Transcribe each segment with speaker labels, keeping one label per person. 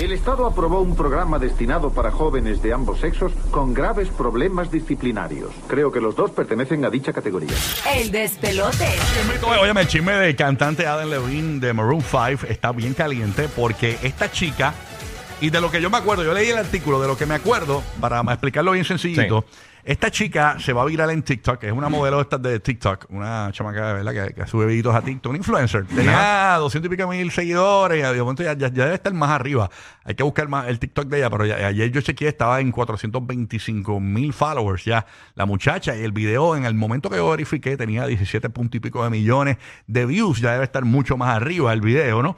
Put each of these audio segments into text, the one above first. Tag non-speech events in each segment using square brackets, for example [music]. Speaker 1: El Estado aprobó un programa destinado para jóvenes de ambos sexos con graves problemas disciplinarios. Creo que los dos pertenecen a dicha categoría.
Speaker 2: El despelote.
Speaker 3: Oye, el chisme de cantante Adam Levine de Maroon 5 está bien caliente porque esta chica, y de lo que yo me acuerdo, yo leí el artículo, de lo que me acuerdo, para explicarlo bien sencillito, esta chica se va a viral en TikTok, es una modelo de estas de TikTok, una chamaca ¿verdad? Que, que sube videitos a TikTok, una influencer. Tenía 200 y pico mil seguidores, y de momento ya, ya- ya debe estar más arriba. Hay que buscar más el TikTok de ella, pero ya- ayer yo chequeé, estaba en 425 mil followers ya. La muchacha y el video, en el momento que yo verifiqué, tenía 17 punto y pico de millones de views, ya debe estar mucho más arriba el video, ¿no?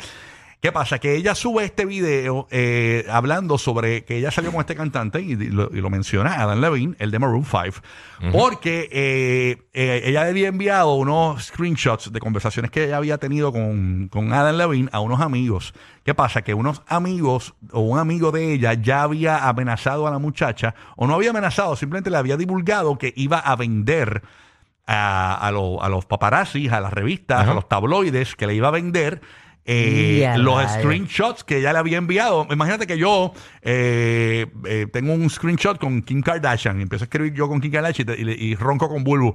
Speaker 3: ¿Qué pasa? Que ella sube este video eh, hablando sobre que ella salió con este cantante y, y lo, y lo menciona Adam Levine, el de Maroon 5, porque eh, eh, ella había enviado unos screenshots de conversaciones que ella había tenido con, con Adam Levine a unos amigos. ¿Qué pasa? Que unos amigos o un amigo de ella ya había amenazado a la muchacha, o no había amenazado, simplemente le había divulgado que iba a vender a, a lo- a los paparazzis, a las revistas, a los tabloides que le iba a vender. eh,
Speaker 2: Ya,
Speaker 3: los
Speaker 2: vaya.
Speaker 3: screenshots que ya le había enviado. Imagínate que yo eh, eh, tengo un screenshot con Kim Kardashian. Empiezo a escribir yo con Kim Kardashian y, te- y le- y ronco con Bulbu.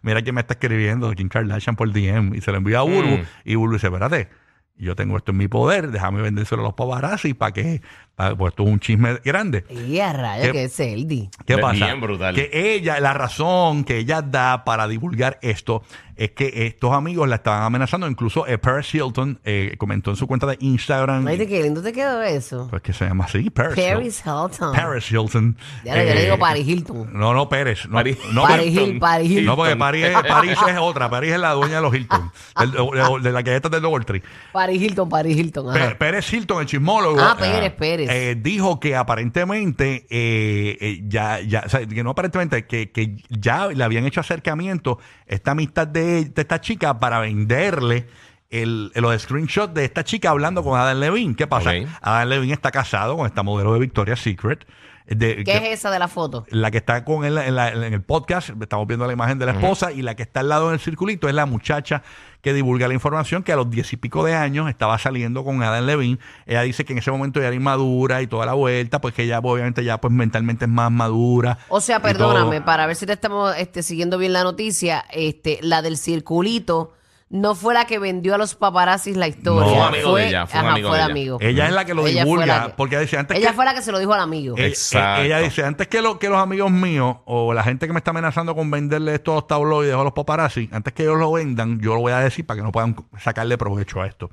Speaker 3: [laughs] Mira quién me está escribiendo, Kim Kardashian por DM. Y se lo envía a Bulbu. Y Bulbu dice: Espérate, yo tengo esto en mi poder, déjame vendérselo a los paparazzi para que. pa- pues esto es un chisme grande.
Speaker 2: Y a
Speaker 3: ¿Qué-
Speaker 2: rayo que es Eldi.
Speaker 3: ¿Qué
Speaker 4: Bien
Speaker 3: pasa?
Speaker 4: brutal.
Speaker 3: Que ella, la razón que ella da para divulgar esto es que estos amigos la estaban amenazando. Incluso eh, Paris Hilton eh, comentó en su cuenta de Instagram.
Speaker 2: Ay, qué lindo te quedó eso.
Speaker 3: Pues que se llama así, Paris.
Speaker 2: Paris
Speaker 3: Hilton.
Speaker 2: Hilton.
Speaker 3: Paris Hilton.
Speaker 2: Ya yo le
Speaker 3: Eh,
Speaker 2: digo Paris Hilton.
Speaker 3: No, no, Pérez. No,
Speaker 4: Paris-
Speaker 3: no,
Speaker 2: Paris
Speaker 3: Hilton.
Speaker 2: Hilton, Paris Hilton.
Speaker 3: No, porque París, es- París es otra. París es la dueña de los Hilton. del- de, de las galletas del Doubletree.
Speaker 2: Paris Hilton, Paris Hilton.
Speaker 3: Pe-
Speaker 2: ajá.
Speaker 3: Pérez Hilton, el chismólogo.
Speaker 2: Ah, Pérez, Pérez.
Speaker 3: eh, dijo que aparentemente, eh, eh, ya, ya, o sea, que no aparentemente, que, que ya le habían hecho acercamiento esta amistad de, de esta chica para venderle. El, los screenshots de esta chica hablando con Adam Levine. ¿Qué pasa?
Speaker 4: Ok.
Speaker 3: Adam Levine está casado con esta modelo de Victoria's Secret. De-
Speaker 2: ¿Qué
Speaker 3: que-
Speaker 2: es esa de la foto?
Speaker 3: la que está con él en, la- en el podcast, estamos viendo la imagen de la esposa, y la que está al lado en el circulito es la muchacha que divulga la información que a los diez y pico de años estaba saliendo con Adam Levine. Ella dice que en ese momento ya era inmadura y toda la vuelta, pues que ella pues, obviamente ya pues mentalmente es más madura.
Speaker 2: O sea,
Speaker 3: y
Speaker 2: perdóname,
Speaker 3: todo.
Speaker 2: para ver si te estamos este, siguiendo bien la noticia, este, la del circulito no fue la que vendió a los paparazzis la historia.
Speaker 3: No,
Speaker 4: amigo
Speaker 2: fue,
Speaker 4: de ella, fue un
Speaker 2: ajá,
Speaker 4: amigo
Speaker 2: fue
Speaker 4: de
Speaker 2: el
Speaker 4: ella.
Speaker 2: amigo.
Speaker 3: Ella es la que lo
Speaker 2: Ella fue
Speaker 3: divulga,
Speaker 2: la que-
Speaker 3: porque decía antes
Speaker 2: Ella
Speaker 3: que...
Speaker 2: fue la que se lo dijo al amigo.
Speaker 3: Ella-
Speaker 4: Exacto.
Speaker 3: Ella dice, antes que, lo- que los amigos míos o la gente que me está amenazando con venderle estos tabloides o los paparazzi, antes que ellos lo vendan, yo lo voy a decir para que no puedan sacarle provecho a esto.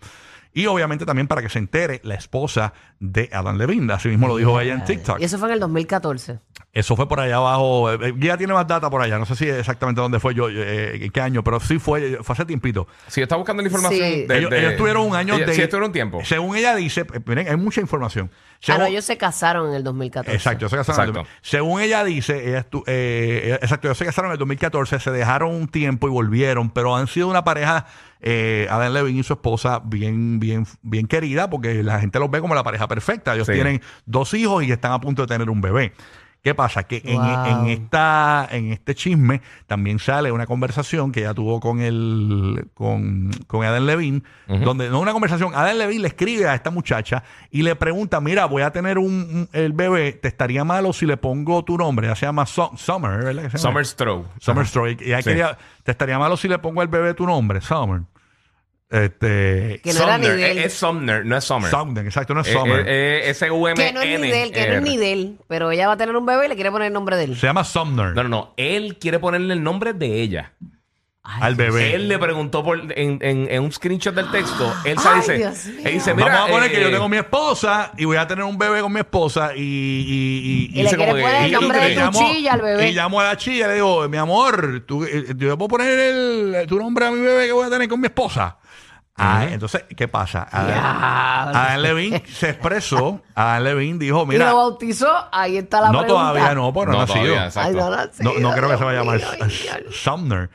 Speaker 3: Y obviamente también para que se entere la esposa de Adam Levine. Así mismo lo dijo ella en TikTok.
Speaker 2: Y eso fue en el 2014.
Speaker 3: Eso fue por allá abajo. Eh, eh, Ya tiene más data por allá. No sé si exactamente dónde fue yo, eh, en qué año, pero sí fue, fue hace tiempito.
Speaker 4: Si está buscando la información.
Speaker 2: Sí.
Speaker 4: de-
Speaker 3: ellos,
Speaker 4: de-
Speaker 3: ellos tuvieron un año
Speaker 4: ellos-
Speaker 3: de...
Speaker 4: Sí, estuvieron tiempo.
Speaker 3: Según ella dice, eh, miren, hay mucha información.
Speaker 2: Ah, no,
Speaker 3: Según-
Speaker 2: ellos se casaron en el 2014.
Speaker 3: Exacto, se casaron. en el
Speaker 4: Exacto.
Speaker 3: 2000. Según ella dice, ella estu- eh, ella- exacto, ellos se casaron en el 2014, se dejaron un tiempo y volvieron, pero han sido una pareja, eh, Adam Levine y su esposa, bien, bien, bien querida, porque la gente los ve como la pareja perfecta. Ellos
Speaker 4: Sí.
Speaker 3: tienen dos hijos y están a punto de tener un bebé. ¿Qué pasa? Que en,
Speaker 2: Wow.
Speaker 3: en esta, en este chisme también sale una conversación que ella tuvo con el con, con Adam Levine, donde no una conversación, Adam Levine le escribe a esta muchacha y le pregunta, mira, voy a tener un, un- el bebé, ¿te estaría malo si le pongo tu nombre? Ella se llama Su- Summer, ¿verdad? que se llama?
Speaker 4: Summer Stroke.
Speaker 3: Summer Stroke. Y ella
Speaker 4: Sí.
Speaker 3: quería, ¿te estaría malo si le pongo al bebé tu nombre? Summer. Este,
Speaker 2: Que no era ni de él.
Speaker 4: es, es Sumner, no es Summer.
Speaker 3: Sounding, exacto, no es
Speaker 4: Eh,
Speaker 3: Summer.
Speaker 4: eh, eh, S-U-M-N.
Speaker 2: Que no es ni de él, que no es ni de él. Pero ella va a tener un bebé y le quiere poner el nombre de él.
Speaker 3: Se llama Sumner
Speaker 4: No, no, no. Él quiere ponerle el nombre de ella.
Speaker 3: al bebé.
Speaker 4: Él le preguntó por, en, en, en un screenshot del texto. Él se
Speaker 2: Ay,
Speaker 4: dice,
Speaker 2: Dios mío.
Speaker 4: él dice, mira,
Speaker 3: Vamos a poner que
Speaker 4: eh,
Speaker 3: yo tengo mi esposa y voy a tener un bebé con mi esposa y... y- y-
Speaker 2: Y
Speaker 3: y-
Speaker 2: le
Speaker 4: dice
Speaker 2: quiere
Speaker 4: como que-
Speaker 2: poner el
Speaker 4: y
Speaker 2: nombre
Speaker 4: tú
Speaker 2: de
Speaker 4: te
Speaker 2: tu
Speaker 4: llamo-
Speaker 2: chilla al
Speaker 3: Y
Speaker 2: bebé.
Speaker 3: llamo a la chilla y le digo, mi amor, ¿tú, eh, yo le puedo poner el, tu nombre a mi bebé que voy a tener con mi esposa. Ah, entonces, ¿qué pasa? Adán, Adán Levine se expresó. Adán Levine dijo,
Speaker 2: Y
Speaker 3: mira,
Speaker 2: lo bautizó, ahí está la
Speaker 3: no
Speaker 2: pregunta.
Speaker 3: todavía no, porque no,
Speaker 4: No,
Speaker 3: ha nacido.
Speaker 4: todavía, exacto.
Speaker 2: Ay, no, ha
Speaker 3: No,
Speaker 2: nacido,
Speaker 3: no creo que se vaya a llamar [laughs]
Speaker 2: Dios mío, ay,
Speaker 3: S-
Speaker 2: Dios.
Speaker 3: Sumner.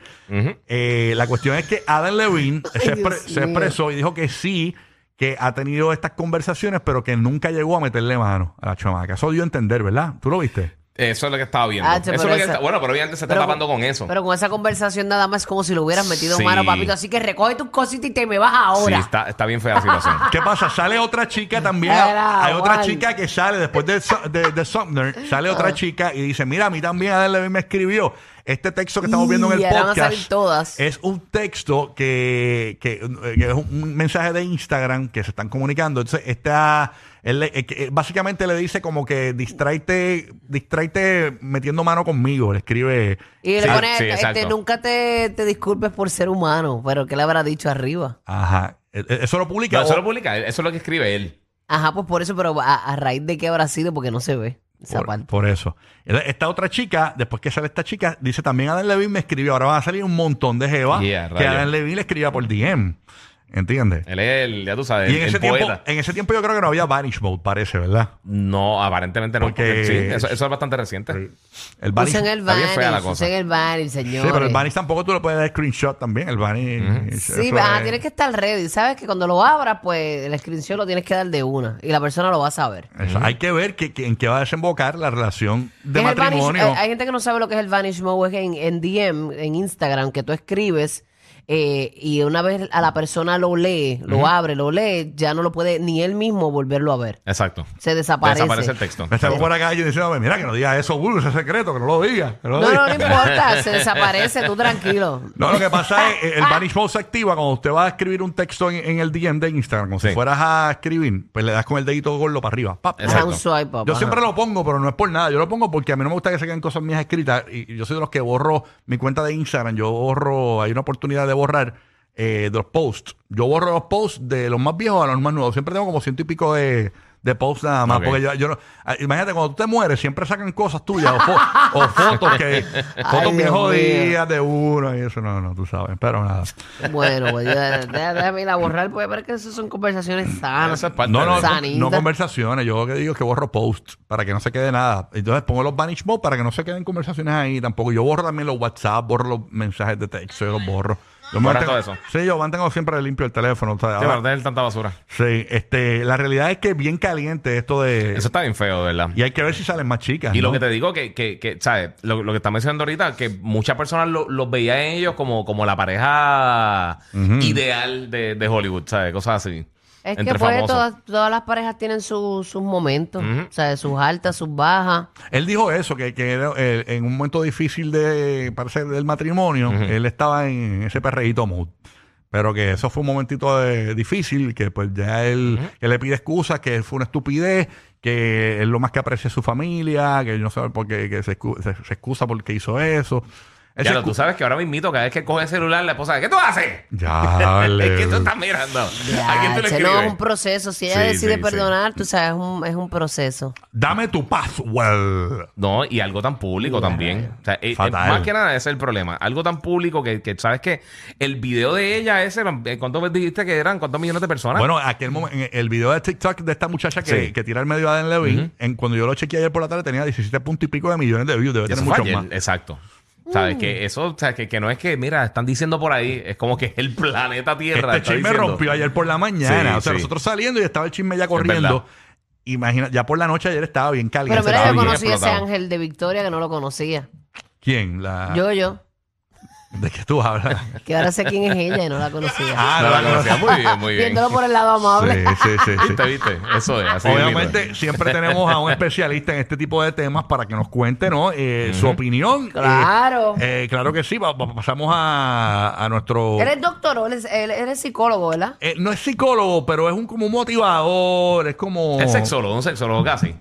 Speaker 3: Eh, la cuestión es que Adam
Speaker 2: [laughs]
Speaker 3: Levine se,
Speaker 2: Dios
Speaker 3: expre- se
Speaker 2: mío.
Speaker 3: expresó y dijo que sí, que ha tenido estas conversaciones, pero que nunca llegó a meterle mano a la chamaca. Eso dio a entender, ¿verdad? ¿Tú lo viste?
Speaker 4: Eso es lo que estaba viendo.
Speaker 2: Ah,
Speaker 4: eso
Speaker 2: pero
Speaker 4: es lo que
Speaker 2: esa-
Speaker 4: está- bueno, pero obviamente se está
Speaker 2: pero-
Speaker 4: tapando con eso.
Speaker 2: Pero con esa conversación nada más es como si lo hubieras metido
Speaker 4: Sí.
Speaker 2: mano, papito. Así que recoge tus cositas y te me vas
Speaker 4: sí,
Speaker 2: ahora.
Speaker 4: está, está bien fea
Speaker 3: [laughs]
Speaker 4: la situación.
Speaker 3: ¿Qué pasa? Sale otra chica también.
Speaker 2: Era,
Speaker 3: Hay otra
Speaker 2: Juan.
Speaker 3: chica que sale después de, Su- de- de Sumner. Sale
Speaker 2: Ah.
Speaker 3: otra chica y dice: Mira, a mí también Adam Levine me escribió. Este texto que estamos viendo en
Speaker 2: Y
Speaker 3: el
Speaker 2: ahora van a salir
Speaker 3: podcast
Speaker 2: todas.
Speaker 3: es un texto que, que, eh, que es un mensaje de Instagram que se están comunicando. Entonces, está. él le- eh, que, eh, básicamente le dice como que distráete, distráete metiendo mano conmigo. Le escribe.
Speaker 2: Y le
Speaker 4: Sí,
Speaker 2: pone,
Speaker 4: sí,
Speaker 2: este,
Speaker 4: exacto.
Speaker 2: nunca te, te disculpes por ser humano, pero ¿qué le habrá dicho arriba?
Speaker 3: Ajá. Eh, eh, Eso lo publica.
Speaker 4: No, eso
Speaker 3: o-
Speaker 4: lo publica, él, eso es lo que escribe él.
Speaker 2: Ajá, pues por eso, pero a, a raíz de qué habrá sido, porque no se ve esa
Speaker 3: Por,
Speaker 2: parte.
Speaker 3: por eso. Entonces, Esta otra chica, después que sale esta chica, dice también Adam Levine me escribió. Ahora van a salir un montón de jeva
Speaker 4: Yeah,
Speaker 3: que
Speaker 4: rayos.
Speaker 3: Adam Levine le escribía por DM. ¿Entiendes?
Speaker 2: Eh,
Speaker 4: Él es el, ya tú sabes,
Speaker 3: y en
Speaker 4: el,
Speaker 3: ese,
Speaker 4: el
Speaker 3: tiempo,
Speaker 4: poeta.
Speaker 3: en ese tiempo yo creo que no había Vanish Mode, parece, ¿verdad?
Speaker 4: No, aparentemente no.
Speaker 3: Porque-
Speaker 4: Porque, sí, eso, eso es bastante reciente.
Speaker 3: El Vanish.
Speaker 2: Usen el
Speaker 4: está bien fea la
Speaker 2: Vanish,
Speaker 4: cosa.
Speaker 2: usen el Vanish, señor.
Speaker 3: Sí, pero el Vanish tampoco tú le puedes dar screenshot también. El Vanish.
Speaker 2: Sí,
Speaker 3: eso
Speaker 2: ajá,
Speaker 3: es-
Speaker 2: tienes que estar ready. Sabes que cuando lo abras, pues la inscripción lo tienes que dar de una y la persona lo va a saber.
Speaker 3: eso, Hay que ver que, que- en qué va a desembocar la relación de
Speaker 2: Es el vanish-
Speaker 3: matrimonio.
Speaker 2: eh, hay gente que no sabe lo que es el Vanish Mode, es que en, en DM, en Instagram, que tú escribes eh, y una vez a la persona lo lee, lo abre, lo lee, ya no lo puede ni él mismo volverlo a ver.
Speaker 4: Exacto.
Speaker 2: Se desaparece.
Speaker 4: Desaparece el texto.
Speaker 3: Me salgo por acá y diciendo, mira, que no diga eso, burro, ese secreto, que no lo diga. que no lo
Speaker 2: No,
Speaker 3: diga.
Speaker 2: no, no
Speaker 4: [laughs]
Speaker 2: importa, se desaparece, tú tranquilo.
Speaker 3: No, lo que pasa es eh, el Vanish Mode se activa cuando usted va a escribir un texto en, en el DM de Instagram, como si
Speaker 4: Sí.
Speaker 3: fueras a escribir, pues le das con el dedito gordo para arriba. pap,
Speaker 2: Ajá,
Speaker 4: Exacto.
Speaker 2: un swipe up,
Speaker 3: Yo
Speaker 2: ajá.
Speaker 3: siempre lo pongo, pero no es por nada. Yo lo pongo porque a mí no me gusta que se queden cosas mías escritas. Y y yo soy de los que borro mi cuenta de Instagram. Yo borro, hay una oportunidad de borrar eh, de los posts. Yo borro los posts de los más viejos a los más nuevos. Siempre tengo como ciento y pico de, de posts nada más.
Speaker 4: Ok.
Speaker 3: Porque yo, yo no- ah, imagínate, cuando tú te mueres, siempre sacan cosas tuyas o, fo- o fotos
Speaker 2: [laughs]
Speaker 3: que fotos bien
Speaker 2: Dios mío.
Speaker 3: jodidas de uno y eso. No, no, tú sabes. Pero nada.
Speaker 2: Bueno, pues ya, ya, déjame ir a borrar, porque ver que eso son conversaciones sanas.
Speaker 4: Eso es ah, parte
Speaker 3: No, no,
Speaker 4: de-
Speaker 2: Exacto.
Speaker 3: no,
Speaker 2: Sanita.
Speaker 3: no conversaciones. Yo lo que digo es que borro posts para que no se quede nada. Entonces pongo los vanish mode para que no se queden conversaciones ahí tampoco. Yo borro también los WhatsApp, borro los mensajes de texto, yo los borro. Yo
Speaker 4: Borra
Speaker 3: mantengo-
Speaker 4: todo eso.
Speaker 3: Sí, yo mantengo siempre limpio el teléfono. o sea,
Speaker 4: Sí,
Speaker 3: ahora-
Speaker 4: para no tener Ah, tanta basura.
Speaker 3: sí, este, la realidad es que es bien caliente esto de...
Speaker 4: Eso está bien feo, de ¿verdad?
Speaker 3: Y hay que ver si salen más chicas.
Speaker 4: Y lo
Speaker 3: ¿no?
Speaker 4: que te digo, que, que, que ¿sabes? Lo, lo que estás mencionando ahorita, que muchas personas lo- los veían en ellos como, como la pareja ideal de, de Hollywood, ¿sabes? Cosas así.
Speaker 2: Es que
Speaker 4: entre
Speaker 2: pues
Speaker 4: famosos.
Speaker 2: todas, todas las parejas tienen su- sus momentos, o sea, sus altas, sus bajas.
Speaker 3: Él dijo eso, que, que era, eh, en un momento difícil de parece, del matrimonio, él estaba en ese perreíto mood. Pero que eso fue un momentito de- difícil, que pues ya él, que le pide excusas, que fue una estupidez, que él lo más que aprecia es su familia, que no sabe por qué que se, excu- se- se excusa porque hizo eso. Él
Speaker 4: Ya
Speaker 3: se
Speaker 4: lo, tú
Speaker 3: excu-
Speaker 4: sabes que ahora mismito, cada vez que coge el celular, la esposa, ¿qué tú haces?
Speaker 3: Ya,
Speaker 4: [laughs] Es
Speaker 3: vale.
Speaker 4: que tú estás mirando. ¿A quién tú le
Speaker 2: Ya, che, no,
Speaker 4: escribes?
Speaker 2: es un proceso. Si ella
Speaker 4: Sí,
Speaker 2: decide
Speaker 4: sí, sí.
Speaker 2: perdonar, tú sabes, es un, es un proceso.
Speaker 3: Dame tu password.
Speaker 4: No, y algo tan público también. O sea, eh, eh,
Speaker 3: Fatal.
Speaker 4: más que nada ese es el problema. Algo tan público que, que sabes que el video de ella ese, eran- eh, ¿cuántos dijiste que eran? ¿Cuántos millones de personas?
Speaker 3: Bueno, aquel momen- en el video de TikTok de esta muchacha que,
Speaker 4: Sí.
Speaker 3: que tira el medio a Dan Levine, en, cuando yo lo chequeé ayer por la tarde tenía 17 puntos y pico de millones de views, debe
Speaker 4: Y
Speaker 3: tener
Speaker 4: eso fue
Speaker 3: muchos
Speaker 4: ayer,
Speaker 3: más.
Speaker 4: Exacto. ¿Sabes? Que eso, o sea, que, que no es que, mira, están diciendo por ahí, es como que el planeta Tierra.
Speaker 3: Este
Speaker 4: está
Speaker 3: chisme
Speaker 4: diciendo.
Speaker 3: rompió ayer por la mañana.
Speaker 4: Sí,
Speaker 3: o sea,
Speaker 4: sí.
Speaker 3: nosotros saliendo y estaba el chisme ya corriendo.
Speaker 4: verdad.
Speaker 3: Imagina, ya por la noche ayer estaba bien caliente.
Speaker 2: Pero mira,
Speaker 3: estaba
Speaker 2: yo
Speaker 4: está bien
Speaker 2: conocí a ese
Speaker 4: explotado. Ah.
Speaker 2: ángel de Victoria que no lo conocía.
Speaker 3: bien- ¿Quién? La...
Speaker 2: Yo, yo.
Speaker 3: ¿De qué tú
Speaker 2: [laughs]
Speaker 3: hablas?
Speaker 2: Que ahora sé quién es ella y no la conocía.
Speaker 3: Ah,
Speaker 4: No, la conocía. Muy
Speaker 2: [laughs]
Speaker 4: bien, muy bien.
Speaker 2: Viéndolo por el lado amable.
Speaker 3: Sí, sí, sí, sí.
Speaker 4: ¿Viste, viste? Eso es. Así es,
Speaker 3: Obviamente
Speaker 4: mira.
Speaker 3: siempre tenemos a
Speaker 4: [laughs]
Speaker 3: un especialista en este tipo de temas para que nos cuente ¿no? Eh, su opinión. Eh,
Speaker 2: Claro.
Speaker 3: eh, claro que sí, va- va- pasamos a, a nuestro...
Speaker 2: [laughs] Eres doctor o eres, él- eres psicólogo, ¿verdad?
Speaker 3: Eh, no es psicólogo, pero es un como un motivador, es como...
Speaker 4: Es sexólogo, un sexólogo casi.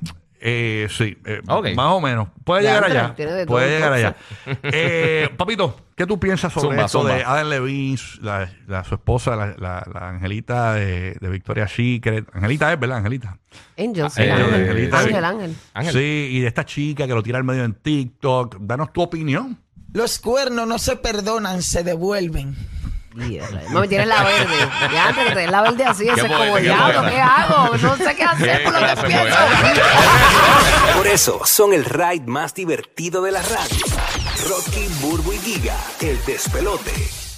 Speaker 3: Eh, sí, eh,
Speaker 4: Ok.
Speaker 3: más o menos. Puede
Speaker 2: Ya,
Speaker 3: llegar
Speaker 2: Andrés,
Speaker 3: allá.
Speaker 2: tiene de todo
Speaker 3: Puede llegar allá.
Speaker 2: entonces.
Speaker 3: Eh,
Speaker 2: [laughs]
Speaker 3: papito, ¿qué tú piensas sobre
Speaker 4: Zumba,
Speaker 3: eso
Speaker 4: zumba.
Speaker 3: de Adam Levine, su- la, la- su esposa, la, la- la Angelita de, de Victoria Secret? Angelita es, ¿verdad? Angelita.
Speaker 2: Angel, sí,
Speaker 4: Eh,
Speaker 2: Ángel.
Speaker 3: Angelita,
Speaker 2: Ángel,
Speaker 4: sí.
Speaker 2: Ángel.
Speaker 4: Ángel.
Speaker 3: Sí, y de esta chica que lo tira al medio en TikTok. Danos tu opinión.
Speaker 5: Los cuernos no se perdonan, se devuelven.
Speaker 2: Mierda, No me tienes la verde. Ya antes que te den la verde así, ese es
Speaker 4: poeta,
Speaker 2: como
Speaker 4: qué
Speaker 2: diablo.
Speaker 4: poeta.
Speaker 2: ¿Qué hago? No sé qué hacer
Speaker 4: Qué
Speaker 2: con lo
Speaker 4: clase
Speaker 2: que
Speaker 4: de
Speaker 2: pienso.
Speaker 6: Por eso son el ride más divertido de la radio. Rocky, Burbu y Giga, el despelote.